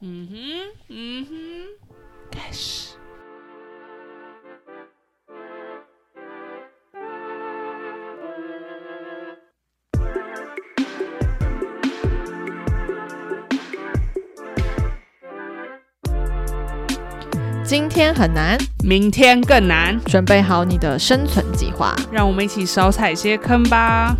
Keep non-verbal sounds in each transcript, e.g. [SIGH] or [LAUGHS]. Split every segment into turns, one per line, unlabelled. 嗯哼，嗯哼，
开始。今天很难，
明天更难，
准备好你的生存计划。
让我们一起少踩些坑吧。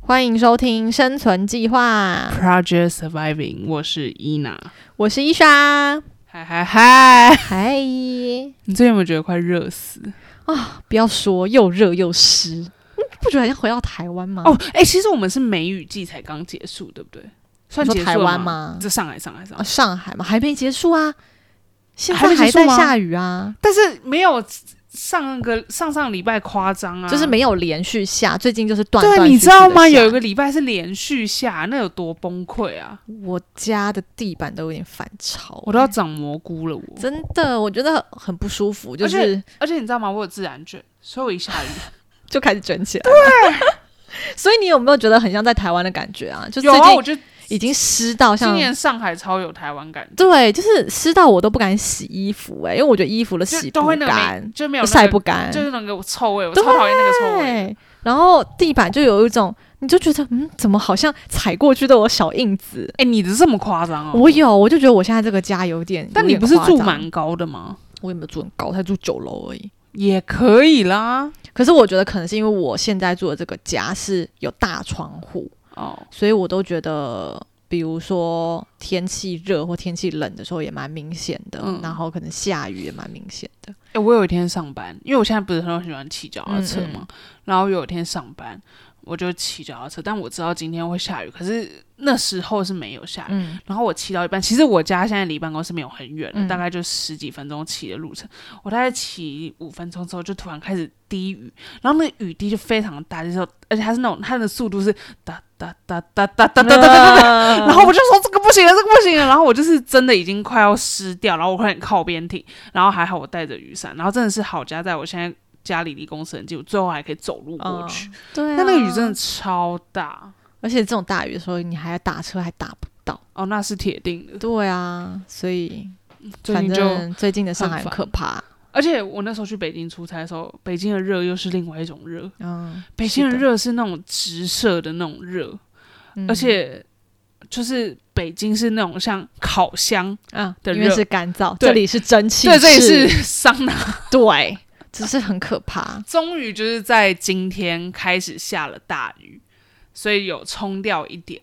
欢迎收听《生存计划》，
Project Surviving，我是伊娜。
我是伊莎。
嗨嗨嗨！
嗨，
你最近有没有觉得快热死？
嗯不要说又热又湿，嗯不觉得好像回到台湾吗？
哦，，哎、其实我们是梅雨季才刚结束，对不对？算
说
结束
台
了
湾
吗？
吗？
这上海，上海，上
啊，
海，
上海嘛，还没结束啊，现
还
在
没结
还
束
在
吗
下雨啊，
但是没有上个上上礼拜夸张啊，
就是没有连续下，最近就是断断
对，
续
你
续
知道
地
吗？
下
有一个礼拜是连续下，那有多崩溃啊！
我家的地板都有点反潮，
我都要长蘑菇了，我。
真的，我觉得很不舒服，就
而且
是
而且你知道吗？我有自然卷，所以我一下雨，
就开始卷起来。对， [LAUGHS] 所以你有没有觉得很像在台湾的感觉啊？ [LAUGHS] 就最
有啊，我
近
觉得
已经湿到像
今。年上海超有台湾感觉，
对，就是湿到我都不敢洗衣服哎、因为我觉得衣服的洗
就
不
都会那个
干
没，就没有
又
那个
晒不干，
就是那个臭味，我
对
超讨厌那个臭味。
对，然后地板就有一种，你就觉得嗯，怎么好像踩过去都有小印子？
哎、你的这么夸张哦？
我有，我就觉得我现在这个家有点，
但
有
你
点
不是
夸
住
张，
蛮高的吗？
我也没有住很高，才住九楼而已。
也可以啦。
可是我觉得可能是因为我现在住的这个家是有大窗户，
哦，
所以我都觉得，比如说天气热或天气冷的时候也蛮明显的，
嗯
然后可能下雨也蛮明显的。
哎、我有一天上班，因为我现在不是很喜欢骑脚踏车
嗯
嘛，然后有一天上班，我就骑脚踏车，但我知道今天会下雨，可是那时候是没有下雨。
嗯，
然后我骑到一半，其实我家现在离办公室没有很远，
嗯
大概就十几分钟骑的路程。我大概骑五分钟之后，就突然开始滴雨，然后那个雨滴就非常大，就是而且它是那种它的速度是哒哒哒哒哒哒哒哒哒哒哒。
嗯
然后我就说这个不行了，这个不行了。然后我就是真的已经快要湿掉，然后我快点靠边停。然后还好我带着雨伞，然后真的是好家在我现在家里离公司很近，我最后还可以走路过去。
嗯对、啊，
但那个雨真的，超大
而且这种大雨的时候，你还要打车还打不到。
哦，那是铁定的。
对啊，所以
最
反
近就
正最近的上海
很
很
烦
可怕。
而且我那时候去北京出差的时候，北京的热又是另外一种热。
嗯，
北京
是
的
的，
热是那种直射的那种热，
嗯
而且就是北京是那种像烤箱，
啊，
的
因为
热
是干燥，
对
这里是蒸汽
对，
室，
这也是桑拿。 [LAUGHS]
对，只是很可怕。
终于就是在今天开始下了大雨，所以有冲掉一点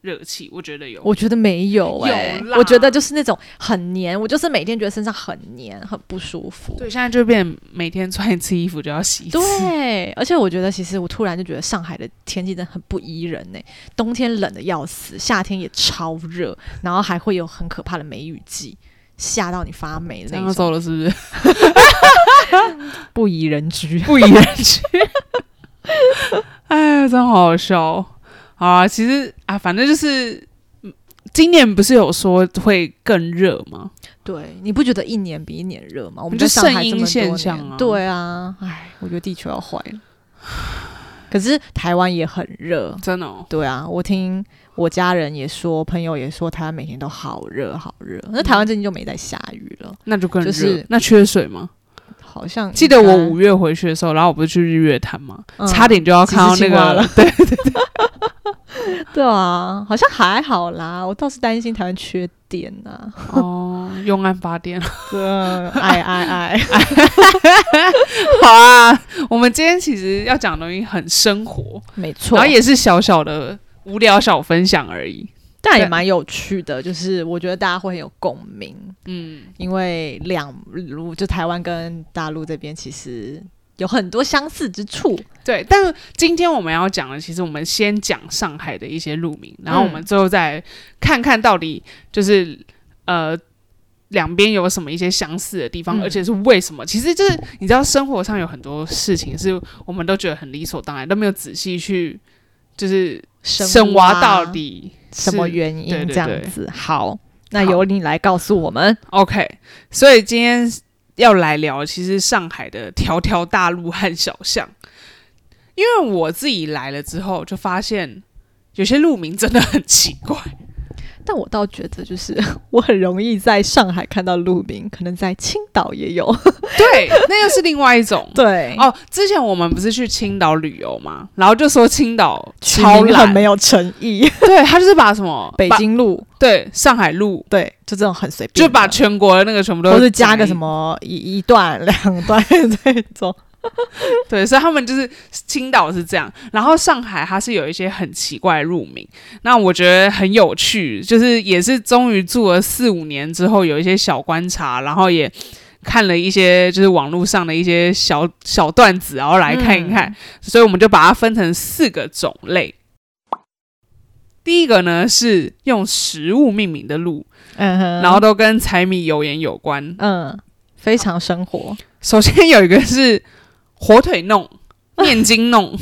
热气，我觉得有。
我觉得没有哎、
有啦
我觉得就是那种很黏，我就是每天觉得身上很黏，很不舒服。
对，现在就变每天穿一次衣服就要洗一次。
对，而且我觉得其实我突然就觉得上海的天气真的很不宜人呢、冬天冷的要死，夏天也超热，然后还会有很可怕的梅雨季，吓到你发霉的
这
那
样
一
要
种，
走了是不是？
不宜人居。
不宜人去。哎，真好好笑哦、好啊！其实啊，反正就是嗯今年不是有说会更热吗？
[LAUGHS] 对，你不觉得一年比一年热吗？我们
就
在上海
圣
这
婴
么多
现
年
象啊
对啊，唉，我觉得地球要坏了。可是台湾也很热，
真的、哦，
对啊，我听我家人也说，朋友也说，台湾每天都好热好热。那
嗯
台湾最近就没在下雨了，
那就更热。
就是
那缺水吗？
好像
记得
应该
我五月回去的时候，然后我不是去日月潭吗？
嗯
差点就要看到
几只
那
青蛙
个
了，
对，
对啊，好像还好啦。我倒是担心台湾缺电呐、
[LAUGHS]
啊，
哦，用岸发电。
对，哎哎哎，
好啊， [LAUGHS] 我们今天其实要讲的东西很生活，
没错，
然后也是小小的无聊小分享而已。
但也蛮有趣的，就是我觉得大家会很有共鸣，
嗯，
因为两路就台湾跟大陆这边其实有很多相似之处。
对，但是今天我们要讲的，其实我们先讲上海的一些路名，然后我们最后再看看到底就是呃两边有什么一些相似的地方，
嗯
而且是为什么？其实就是你知道，生活上有很多事情是我们都觉得很理所当然，都没有仔细去就是深挖到底
什么
是
原因？
对对
这样
对
子好。那
好
由你来告诉我们，
OK，所以今天要来聊，其实上海的条条大路和小巷，因为我自己来了之后，就发现有些路名真的很奇
[LAUGHS]
怪。
但我倒觉得，就是 [LAUGHS] 我很容易在上海看到路名，可能在青岛也
[LAUGHS]
有。
对，那又是另外一种。
[LAUGHS] 对
哦，之前我们不是去青岛旅游嘛，然后就说青岛
取
超
名
烂，
很没有诚
[LAUGHS]
意。
对他就是把什么
北
把
京路，
对上海路，
对，就这种很随便的，
就把全国的那个全部都
或是加个
么。
什么一一段、两
[LAUGHS]
段这种。
对，所以他们就是青岛是这样，然后上海它是有一些很奇怪的入名，那我觉得很有趣，就是也是终于住了四五年之后，有一些小观察，然后也看了一些就是网络上的一些小小段子，然后来看一看，所以我们就把它分成四个种类。第一个呢是用食物命名的路，
嗯哼，
然后都跟柴米油盐有关。
嗯，非常生
啊
活。
首先有一个是火腿弄、面筋弄。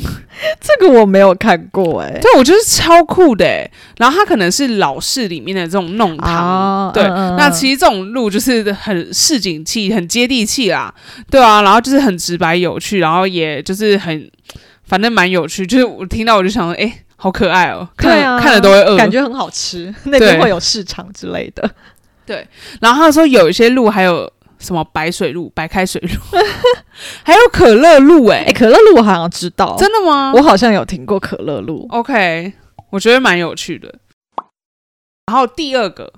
这个我没有看过哎、
对，我觉得超酷的欸。然后它可能是老式里面的这种弄堂，
啊
对。
嗯嗯
那
嗯
其实这种路就是很市井气、很接地气啦，对啊。然后就是很直白有趣，然后也就是很，反正蛮有趣。就是我听到我就想说，哎、好可爱哦、看
对
了
啊，
看了都会饿。
感觉很好
[LAUGHS]
吃，那边
对
会有市场之类的。
然后他说有一些路还有什么白水路、白开水路， [LAUGHS] 还有可乐路、欸，
[LAUGHS] 哎、可乐路我好像知道，
真的吗？哦
我好像有听过可乐路。
OK，我觉得蛮有趣的。然后第二个，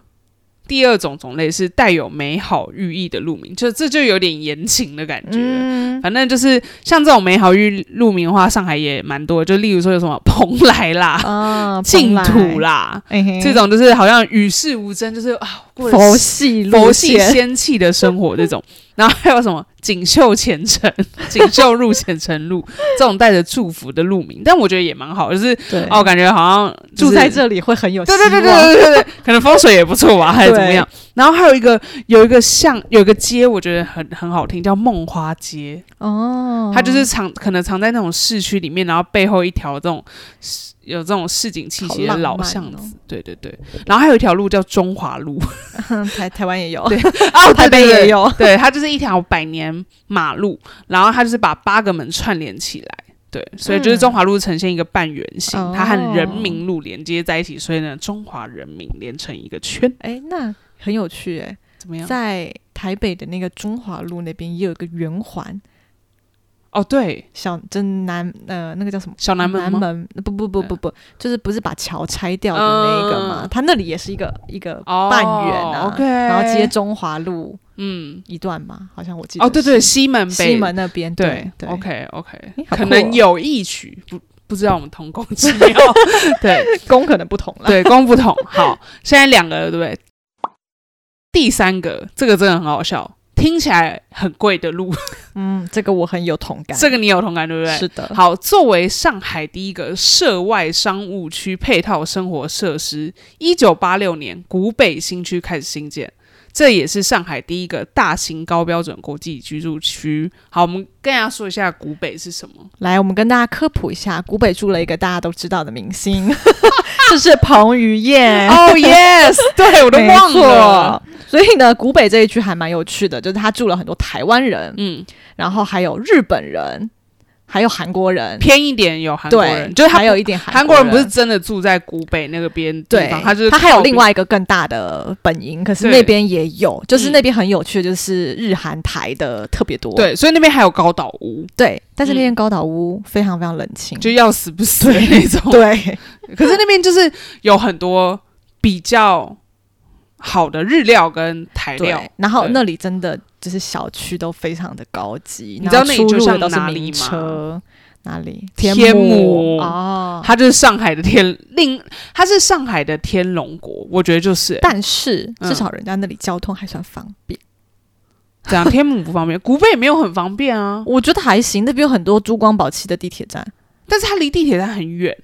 第二种种类是带有美好寓意的路名，就这就有点言情的感觉。
嗯，
反正就是像这种美好寓路名的话，上海也蛮多的，就例如说有什么蓬莱啦、
啊，
净土
啦，
啦，
嘿嘿
这种就是好像与世无争，就是啊过了
佛系路
佛系
线
仙气的生活这
[LAUGHS]
种。然后还有什么锦绣前程、锦绣路、前程路这种带着祝福的路名，但我觉得也蛮好，就是
对
哦，感觉好像、就是、
住在，这里会很有
对对对
希望
对对
[LAUGHS]
对对，可能风水也不错吧，还是怎么样？然后还有一个有一个巷，有一个街，我觉得很很好听，叫梦花街， [LAUGHS]
哦，
它就是藏可能藏在那种市区里面，然后背后一条这种有这种市井气息的
好浪
老
漫
巷
哦
子，对对对。然后还有一条路叫中华路，
台台湾也
[LAUGHS]
有，
对哦
台北也。 [LAUGHS] 有，
对，它就是一条百年马路，然后它就是把八个门串联起来。对，所以就是中华路呈现一个半圆形，
哦
它和人民路连接在一起，所以呢，中华人民连成一个圈，
哎，那很有趣哎，
怎么样？
在台北的那个中华路那边也有一个圆环，
哦，对，
小真南呃那个叫什么？
小南门
南
吗？
门不不不不不，就是不是把桥拆掉的那一个嘛？
嗯
它那里也是一个一个
哦
半圆啊
OK
然后接中华路
嗯，
一段嘛，好像我记得
哦，对对，
是
西门北
西门那边
对
对
o
[LAUGHS]
k OK，
诶好
可
酷
能
哦
有异曲，不不知道我们同工之
[LAUGHS]
妙， [LAUGHS] 对
工可能不同了。
对，公不同。好，现在两个了，对不对？第三个，这个真的很好笑，听起来很贵的路，
嗯，这个我很有同
[LAUGHS]
感，
这个你有同感对不对？
是的，
好，作为上海第一个涉外商务区配套生活设施，一九八六年古北新区开始兴建，这也是上海第一个大型高标准国际居住区。好，我们跟大家说一下古北是什么。
来我们跟大家科普一下，古北住了一个大家都知道的明
[LAUGHS]
星，就是彭于晏。 [LAUGHS]
哦、y e s 对我都
没
忘了。
错。所以呢，古北这一区还蛮有趣的，就是他住了很多台湾人，
嗯，
然后还有日本人，还有韩国人，
偏一点有韩国
对
人，，就是他
还有一点
韩
国
国人不是真的住在古北那个边地
对
方，，他就是
他还有
靠
另外一个更大的本营，可是
对
那边也有，就是
嗯
那边很有趣，的就是日韩台的特别多，
对，所以那边还有高岛屋，
对，但是那边
嗯
高岛屋非常非常冷清，
就要死不死的那种。
嗯
[LAUGHS]
对，
可是那边就是有很多比较好的日料跟台料
对，，然后
对
那里真的就是小区都非常的高级，
你知道
然后
那里
出
就
入的
像
都是
哪里
名
吗
车。哪里？
天
母
母嗯
哦，
它就是上海的天另，它是上海的天龙国，我觉得就是欸
但是
嗯
至少人家那里交通还算方便，
这样。天母不方便，
[LAUGHS]
古北也没有很方便啊，
我觉得还行。那边有很多珠光宝气的地铁站，
但是它离地铁站很远，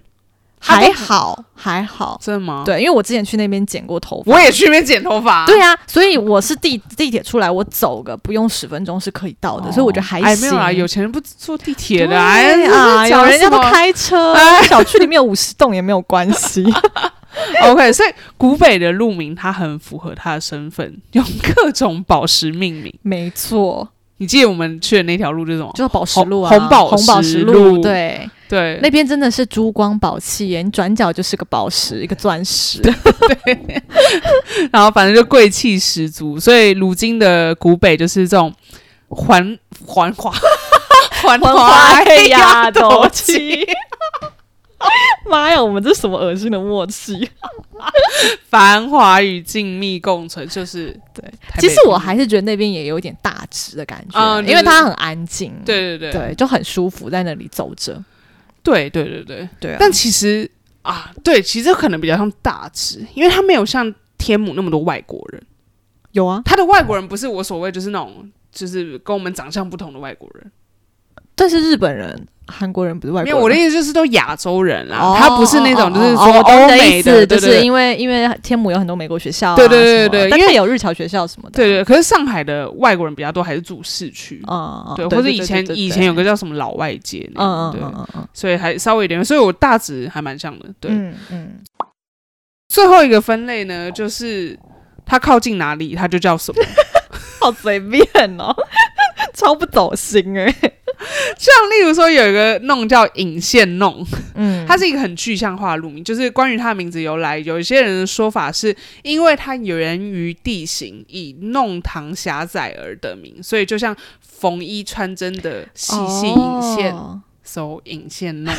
它都
还好还好。
真的吗？，
对，因为我之前去那边剪过头发，
哦我也去那边剪头发、
对啊，所以我是地地铁出来，我走个不用十分钟是可以到
哦，
的，所以我觉得还
哎
行。
没有啦，有钱人不坐地铁
对
的，哎
啊，
讲
有人家都
什么 [LAUGHS]
开车，小区里面有五十栋也没有关系。
OK，所以古北的路名它很符合他的身份，用各种宝石命名。
没错，
你记得我们去的那条路就是什么？
就是宝石路啊，
红红宝
红宝
石
石
路
对，
对，
那边真的是珠光宝气耶，你转角就是个宝石，一个钻石。 [LAUGHS]
然后反正就贵气十足，所以如今的古北就是这种环 [LAUGHS] 环华环 [LAUGHS]
哎
华亚斗气，。
[LAUGHS] 妈呀，我们这什么恶心的默契？
繁华与静谧共存，就是
对
台北
其实我还是觉得那边也有点大直的感觉，
嗯就是
因为它很安静，
对对对
对，就很舒服，在那里走着。
对对对对，
对啊，
但其实啊，对，其实可能比较像大直，因为他没有像天母那么多外国人，
有啊，
他的外国人不是我所谓就是那种。就是跟我们长相不同的外国人，
但是日本人、韩国人不是外
没
国
有我
人，
的意思就是都亚洲人啦，
哦
他不是那
哦
种就是
哦
说
哦我懂你
欧
的
美
意思，
对
就
对对
是因为因为天母有很多美国学校啊什
对
么的，
对对对
但
因为
它有日侨学校什么的，
对对，可是上海的外国人比较多，还是住市区，
嗯，嗯，
对，或者以前以前有
个，
个叫什么老外街那
嗯
种，
嗯
对，
嗯嗯
所以还稍微有点，所以我大致还蛮像的。对，
嗯嗯，
最后一个分类呢，就是它靠近哪里，它就叫什么。
好随便哦， [LAUGHS] 超不走心哎，
像例如说有一个弄叫引线弄，
嗯，
它是一个很具象化的路名，就是关于它的名字由来，有一些人的说法是因为它源于地形以弄堂狭窄而得名，所以就像缝衣穿针的细细引线，
哦
手引线 [LAUGHS] 弄。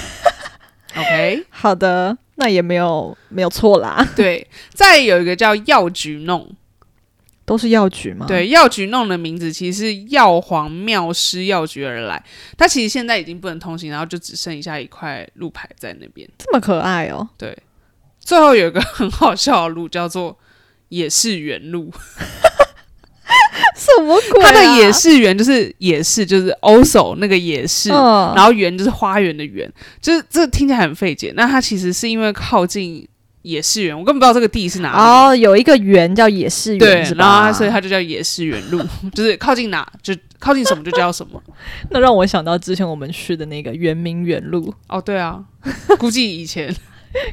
OK，
好的，那也没有没有错啦，
对，再有一个叫药局弄，
都是药局嘛，，
对，药局弄的名字其实是药皇庙师药局而来，它其实现在已经不能通行，然后就只剩下一块路牌在那边。
这么可爱哦，
对，最后有一个很好笑的路叫做野市园路，
什么鬼
它
啊？
的野市园就是野市，就是 also 那个野市，
嗯
然后园就是花园的园，就是这听起来很费解。那它其实是因为靠近野市园，我根本不知道这个地是哪里。
哦，有一个园叫野市
对
园，是，
然后
吧？
它所以它就叫野市园路， [LAUGHS] 就是靠近哪就靠近什么就叫什么。
那让我想到之前我们去的那个圆明园路， [LAUGHS]
哦，对啊，估计以前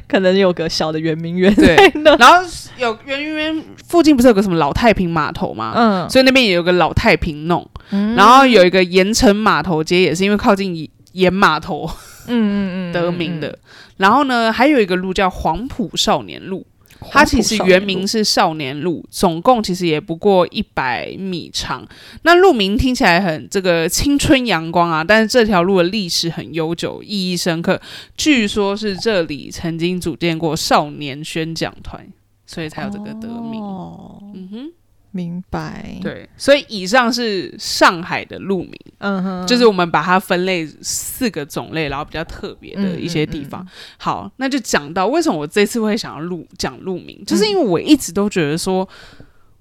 可能有个小的圆明园
对
在那，
然后有圆明园附近不是有个什么老太平码头吗？
[LAUGHS] 嗯，
所以那边也有个老太平弄，然后有一个盐城码头街，也是因为靠近盐码头
嗯嗯嗯，
得名的。然后呢，还有一个路叫黄埔少年路，它其实原名是少年路，总共其实也不过一百米长。那路名听起来很这个青春阳光啊，但是这条路的历史很悠久，意义深刻。据说是这里曾经组建过少年宣讲团，所以才有这个得名。
哦，
嗯哼，
明白，，
对，所以以上是上海的路名，
嗯哼，
就是我们把它分类四个种类，然后比较特别的一些地方。
嗯
好，那就讲到为什么我这次会想要录讲路名，就是因为我一直都觉得说，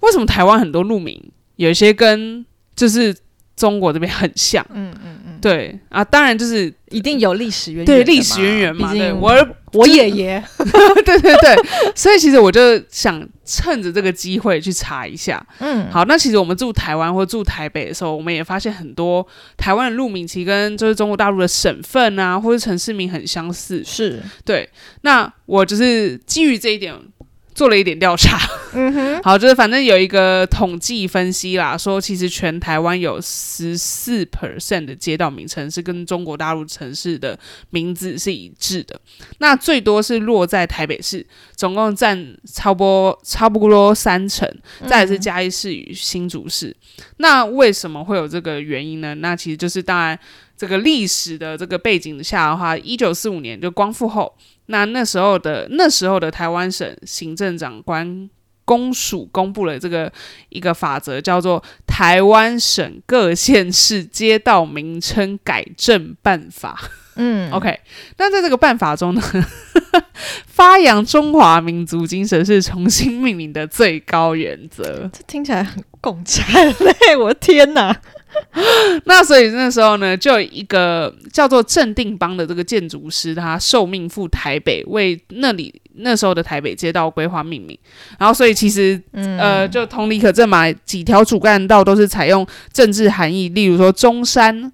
为什么台湾很多路名有一些跟就是中国这边很像，
嗯嗯嗯，
对啊，当然就是
一定有历史渊源的
对
嘛，
历史渊源嘛，
毕
对
竟
我
我爷爷，
对 [LAUGHS] 对对，所以其实我就想趁着这个机会去查一下。
嗯，
好，那其实我们住台湾或住台北的时候，我们也发现很多台湾的路名其实跟就是中国大陆的省份啊，或者城市名很相似。
[LAUGHS] 是，
对，那我就是基于这一点做了一点调查。
嗯哼，
好，就是反正有一个统计分析啦，说其实全台湾有十四 percent 的街道名称是跟中国大陆城市的名字是一致的，那最多是落在台北市，总共占差不多差不多三成，
嗯
再来是嘉义市与新竹市。那为什么会有这个原因呢？那其实就是当然这个历史的这个背景下的话，一九四五年就光复后。那那时候的那时候的台湾省行政长官公署公布了这个一个法则，叫做《台湾省各县市街道名称改正办法》
嗯
OK，那在这个办法中呢， [LAUGHS] 发扬中华民族精神是重新命名的最高原则。
这听起来很共产类， [LAUGHS] 我的天哪！
那所以那时候呢，就有一个叫做镇定邦的这个建筑师，他受命赴台北，为那里那时候的台北街道规划命名。然后，所以其实、
嗯
呃，就同理可证嘛，几条主干道都是采用政治含义，例如说中山、
嗯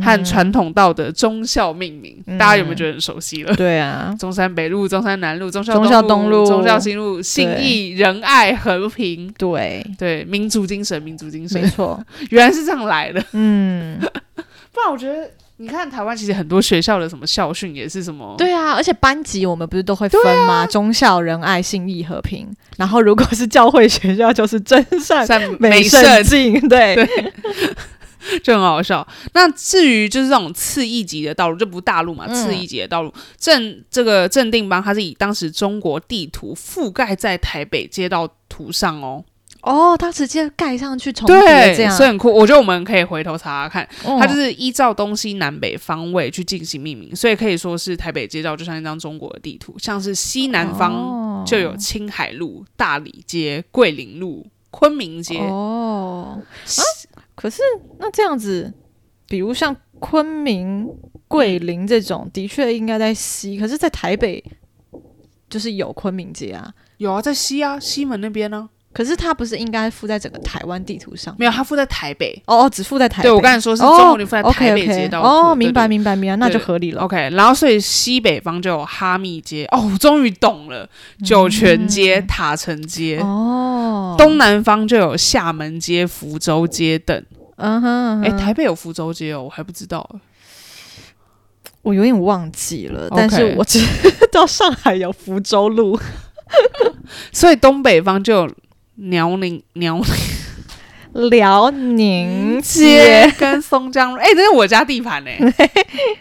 哼
和传统道德忠孝命名，
嗯
大家有没有觉得很熟悉
[LAUGHS]
了？
对啊，
中山北路、中山南路、中孝
忠孝东
路、
路
忠孝新路、信义、仁爱、和平，
对，
对，民族精神，民族精
没
神，
错，
原来是这样来的。
[LAUGHS] 嗯，
不然我觉得，你看台湾其实很多学校的什么校训也是什么，
[LAUGHS] 对啊，而且班级我们不是都会分吗？忠孝仁爱信义和平，然后如果是教会学校就是真善
善
啊美
圣
圣敬， [LAUGHS] 对，
对 [LAUGHS] 就很好笑。那至于就是这种次一级的道路，就不大陆嘛，
嗯
次一级的道路，正这个正定帮它是以当时中国地图覆盖在台北街道图上哦，
哦，他直接盖上去重叠哦这
对，
样，
所以很酷。我觉得我们可以回头查查看，
嗯
它就是依照东西南北方位去进行命名，所以可以说是台北街道就像一张中国的地图，像是西南方
哦
就有青海路、大理街、桂林路、昆明街，
哦、啊，可是那这样子，比如像昆明、桂林这种，的确应该在西，可是，在台北就是有昆明街啊。
有啊，在西啊西门那边呢、
可是它不是应该附在整个台湾地图上？
没有，它附在台北。
哦哦，只附在台北。
对我刚才说是中国地附在台北街道图
o k o k 哦，
对
明白
对
明白明白，那就合理了。
OK，然后所以西北方就有哈密街，哦，我终于懂了，酒泉街、塔城街。
嗯哦，
东南方就有厦门街、福州街等。
嗯哼，嗯
哎、
哼
台北有福州街哦，我还不知道。
我有点忘记了
OK
但是我只 [LAUGHS] 到上海有福州路，
所以东北方就有辽宁、辽
辽宁
宁
街
街。跟松江路。哎、这是我家地盘呢、欸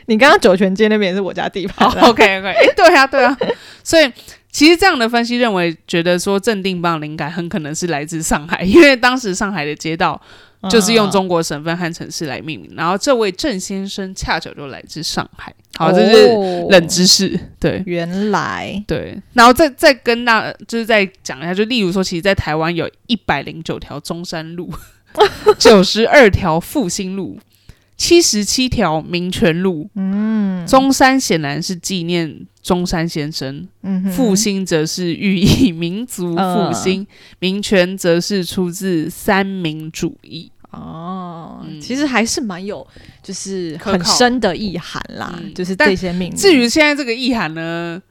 你刚刚酒泉街那边也是我家地
好
[LAUGHS] 盘、
，OK OK，哎、对啊对啊，所以。其实这样的分析认为，觉得说正定帮灵感很可能是来自上海，因为当时上海的街道
嗯
就是用中国省份和城市来命名。然后这位郑先生恰巧就来自上海，好，
哦
这是
是
冷。知识，对
原来
对。然后再再跟大就是再讲一下，就例如说，其实，在台湾有一百零九条中山
[LAUGHS]
路，九十二条复兴路，七十七条民权路。嗯，中山显然是纪念中山先生，
嗯哼嗯
复兴则是寓意民族复兴，民权则是出自三民主义。
哦
嗯，
其实还是蛮有就是
可
很
靠
深的意涵啦
嗯，
就是
但
这些命名。
至于现在这个意涵呢，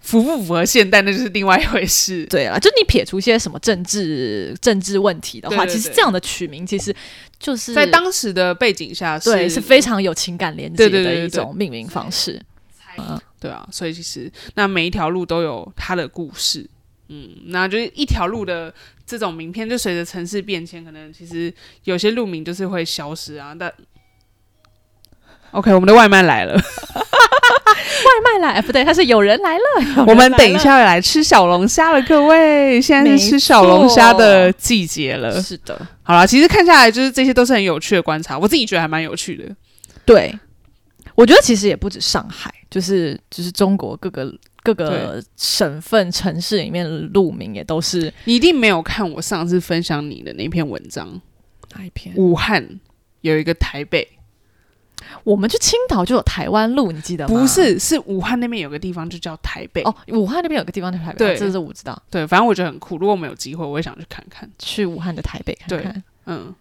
符不符合现代，那就是另外一回事。
对啦，就你撇除一些什么政治政治问题的话，
对对
其实
对
这样的取名其实就是
在当时的背景下嗯是，
对是非常有情感连接
对对对
的
对
一
对
种命名方式。
对啊，所以其实那每一条路都有它的故事，嗯，那就是一条路的这种名片，就随着城市变迁，可能其实有些路名就是会消失啊。但 [LAUGHS] OK，我们的外卖来了，
外卖来，哎不对，他是有人来了，有人来了
我们等一。下来吃小龙虾了，各位，现在是吃小龙虾的季节了。
是的，
好啦，其实看下来，就是这些都是很有趣的观察，我自己觉得还蛮有趣的。
对，我觉得其实也不止上海，就是就是中国各个各个省份城市里面的路名也都是
你一定没有看我上次分享你的那篇文章，
哪一篇？
武汉有一个台北，
我们去青岛就有台湾路，你记得吗？
不是，是武汉那边有个地方就叫台北。
哦，武汉那边有个地方叫台北，哦
对
这是我知道。
对，反正我觉得很酷，如果我们有机会，我也想去看看。
去武汉的台北看看。 [LAUGHS]
嗯，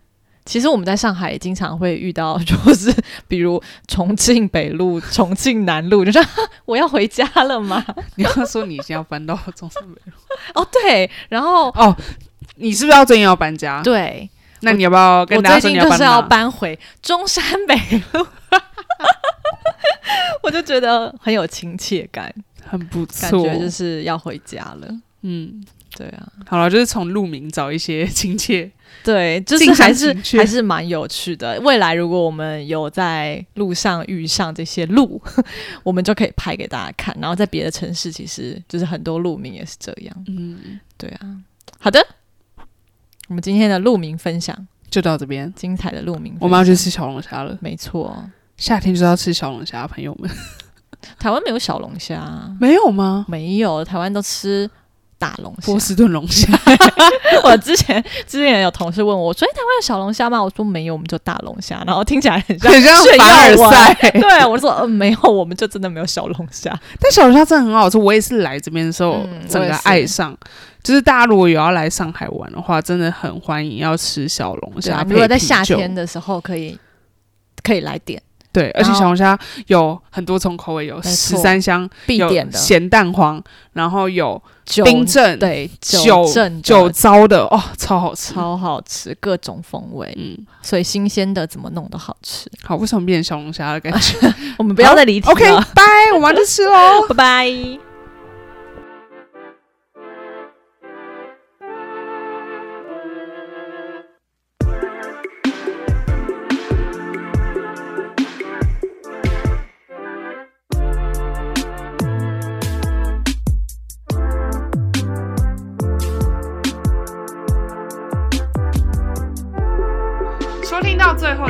其实我们在上海也经常会遇到， [LAUGHS] 就是比如重庆北路、重庆南路，就说哈我要回家了嘛。
你要说你已经要搬到中山北路，
哦，对，然后
哦，你是不是要最近要搬家？
对，
那你要不要跟
我
大家说
最近
你
就是
搬
要
哪？
搬回中山北路， [LAUGHS] 我就觉得很有亲切感，
很不
感
错，
觉就是要回家了。
嗯，
对啊，
好了，就是从路名找一些亲切。
对，就
近
是还
乡
是
情怯
还是蛮有趣的。未来如果我们有在路上遇上这些路， [LAUGHS] 我们就可以拍给大家看。然后在别的城市，其实就是很多路名也是这样。
嗯，
对啊，好的，我们今天的路名分享，
就到这边，
精彩的路名分享，
我们要去吃小龙虾了。
没错，
夏天就是要吃小龙虾，朋友们。
台湾没有小龙虾，啊
没有吗？
没有，台湾都吃大龙虾
波。士顿龙虾。
[LAUGHS] 我之前之前有同事问我，所以台湾有小龙虾吗？我说没有，我们就大龙虾。然后听起来很像
很像
炫耀
凡 [LAUGHS] 尔
我
赛
对，我就说、呃、没有，我们就真的没有小
[LAUGHS]
龙虾。啊
但小龙虾真的很好吃，我也是来这边的时候、
嗯
整
我
个
也是
爱上。就是大家如果有要来上海玩的话，真的很欢迎要吃小龙
对
虾、
啊，如果在
配啤
夏
酒
天的时候可以可以来点，
对，而且
然后
小龙虾有很多种口味，有
错
十三香，
必
有
点的
咸蛋黄，然后有
酒
冰镇、
对
酒
正
酒糟的，哦，超好吃。
超好吃，各种风味，
嗯，
所以新鲜的怎么弄都好吃。
好，为什么变成小龙虾的感觉
我们不要再离题了
？OK，拜，我们要去吃喽。
[LAUGHS] 拜拜。
收听到最后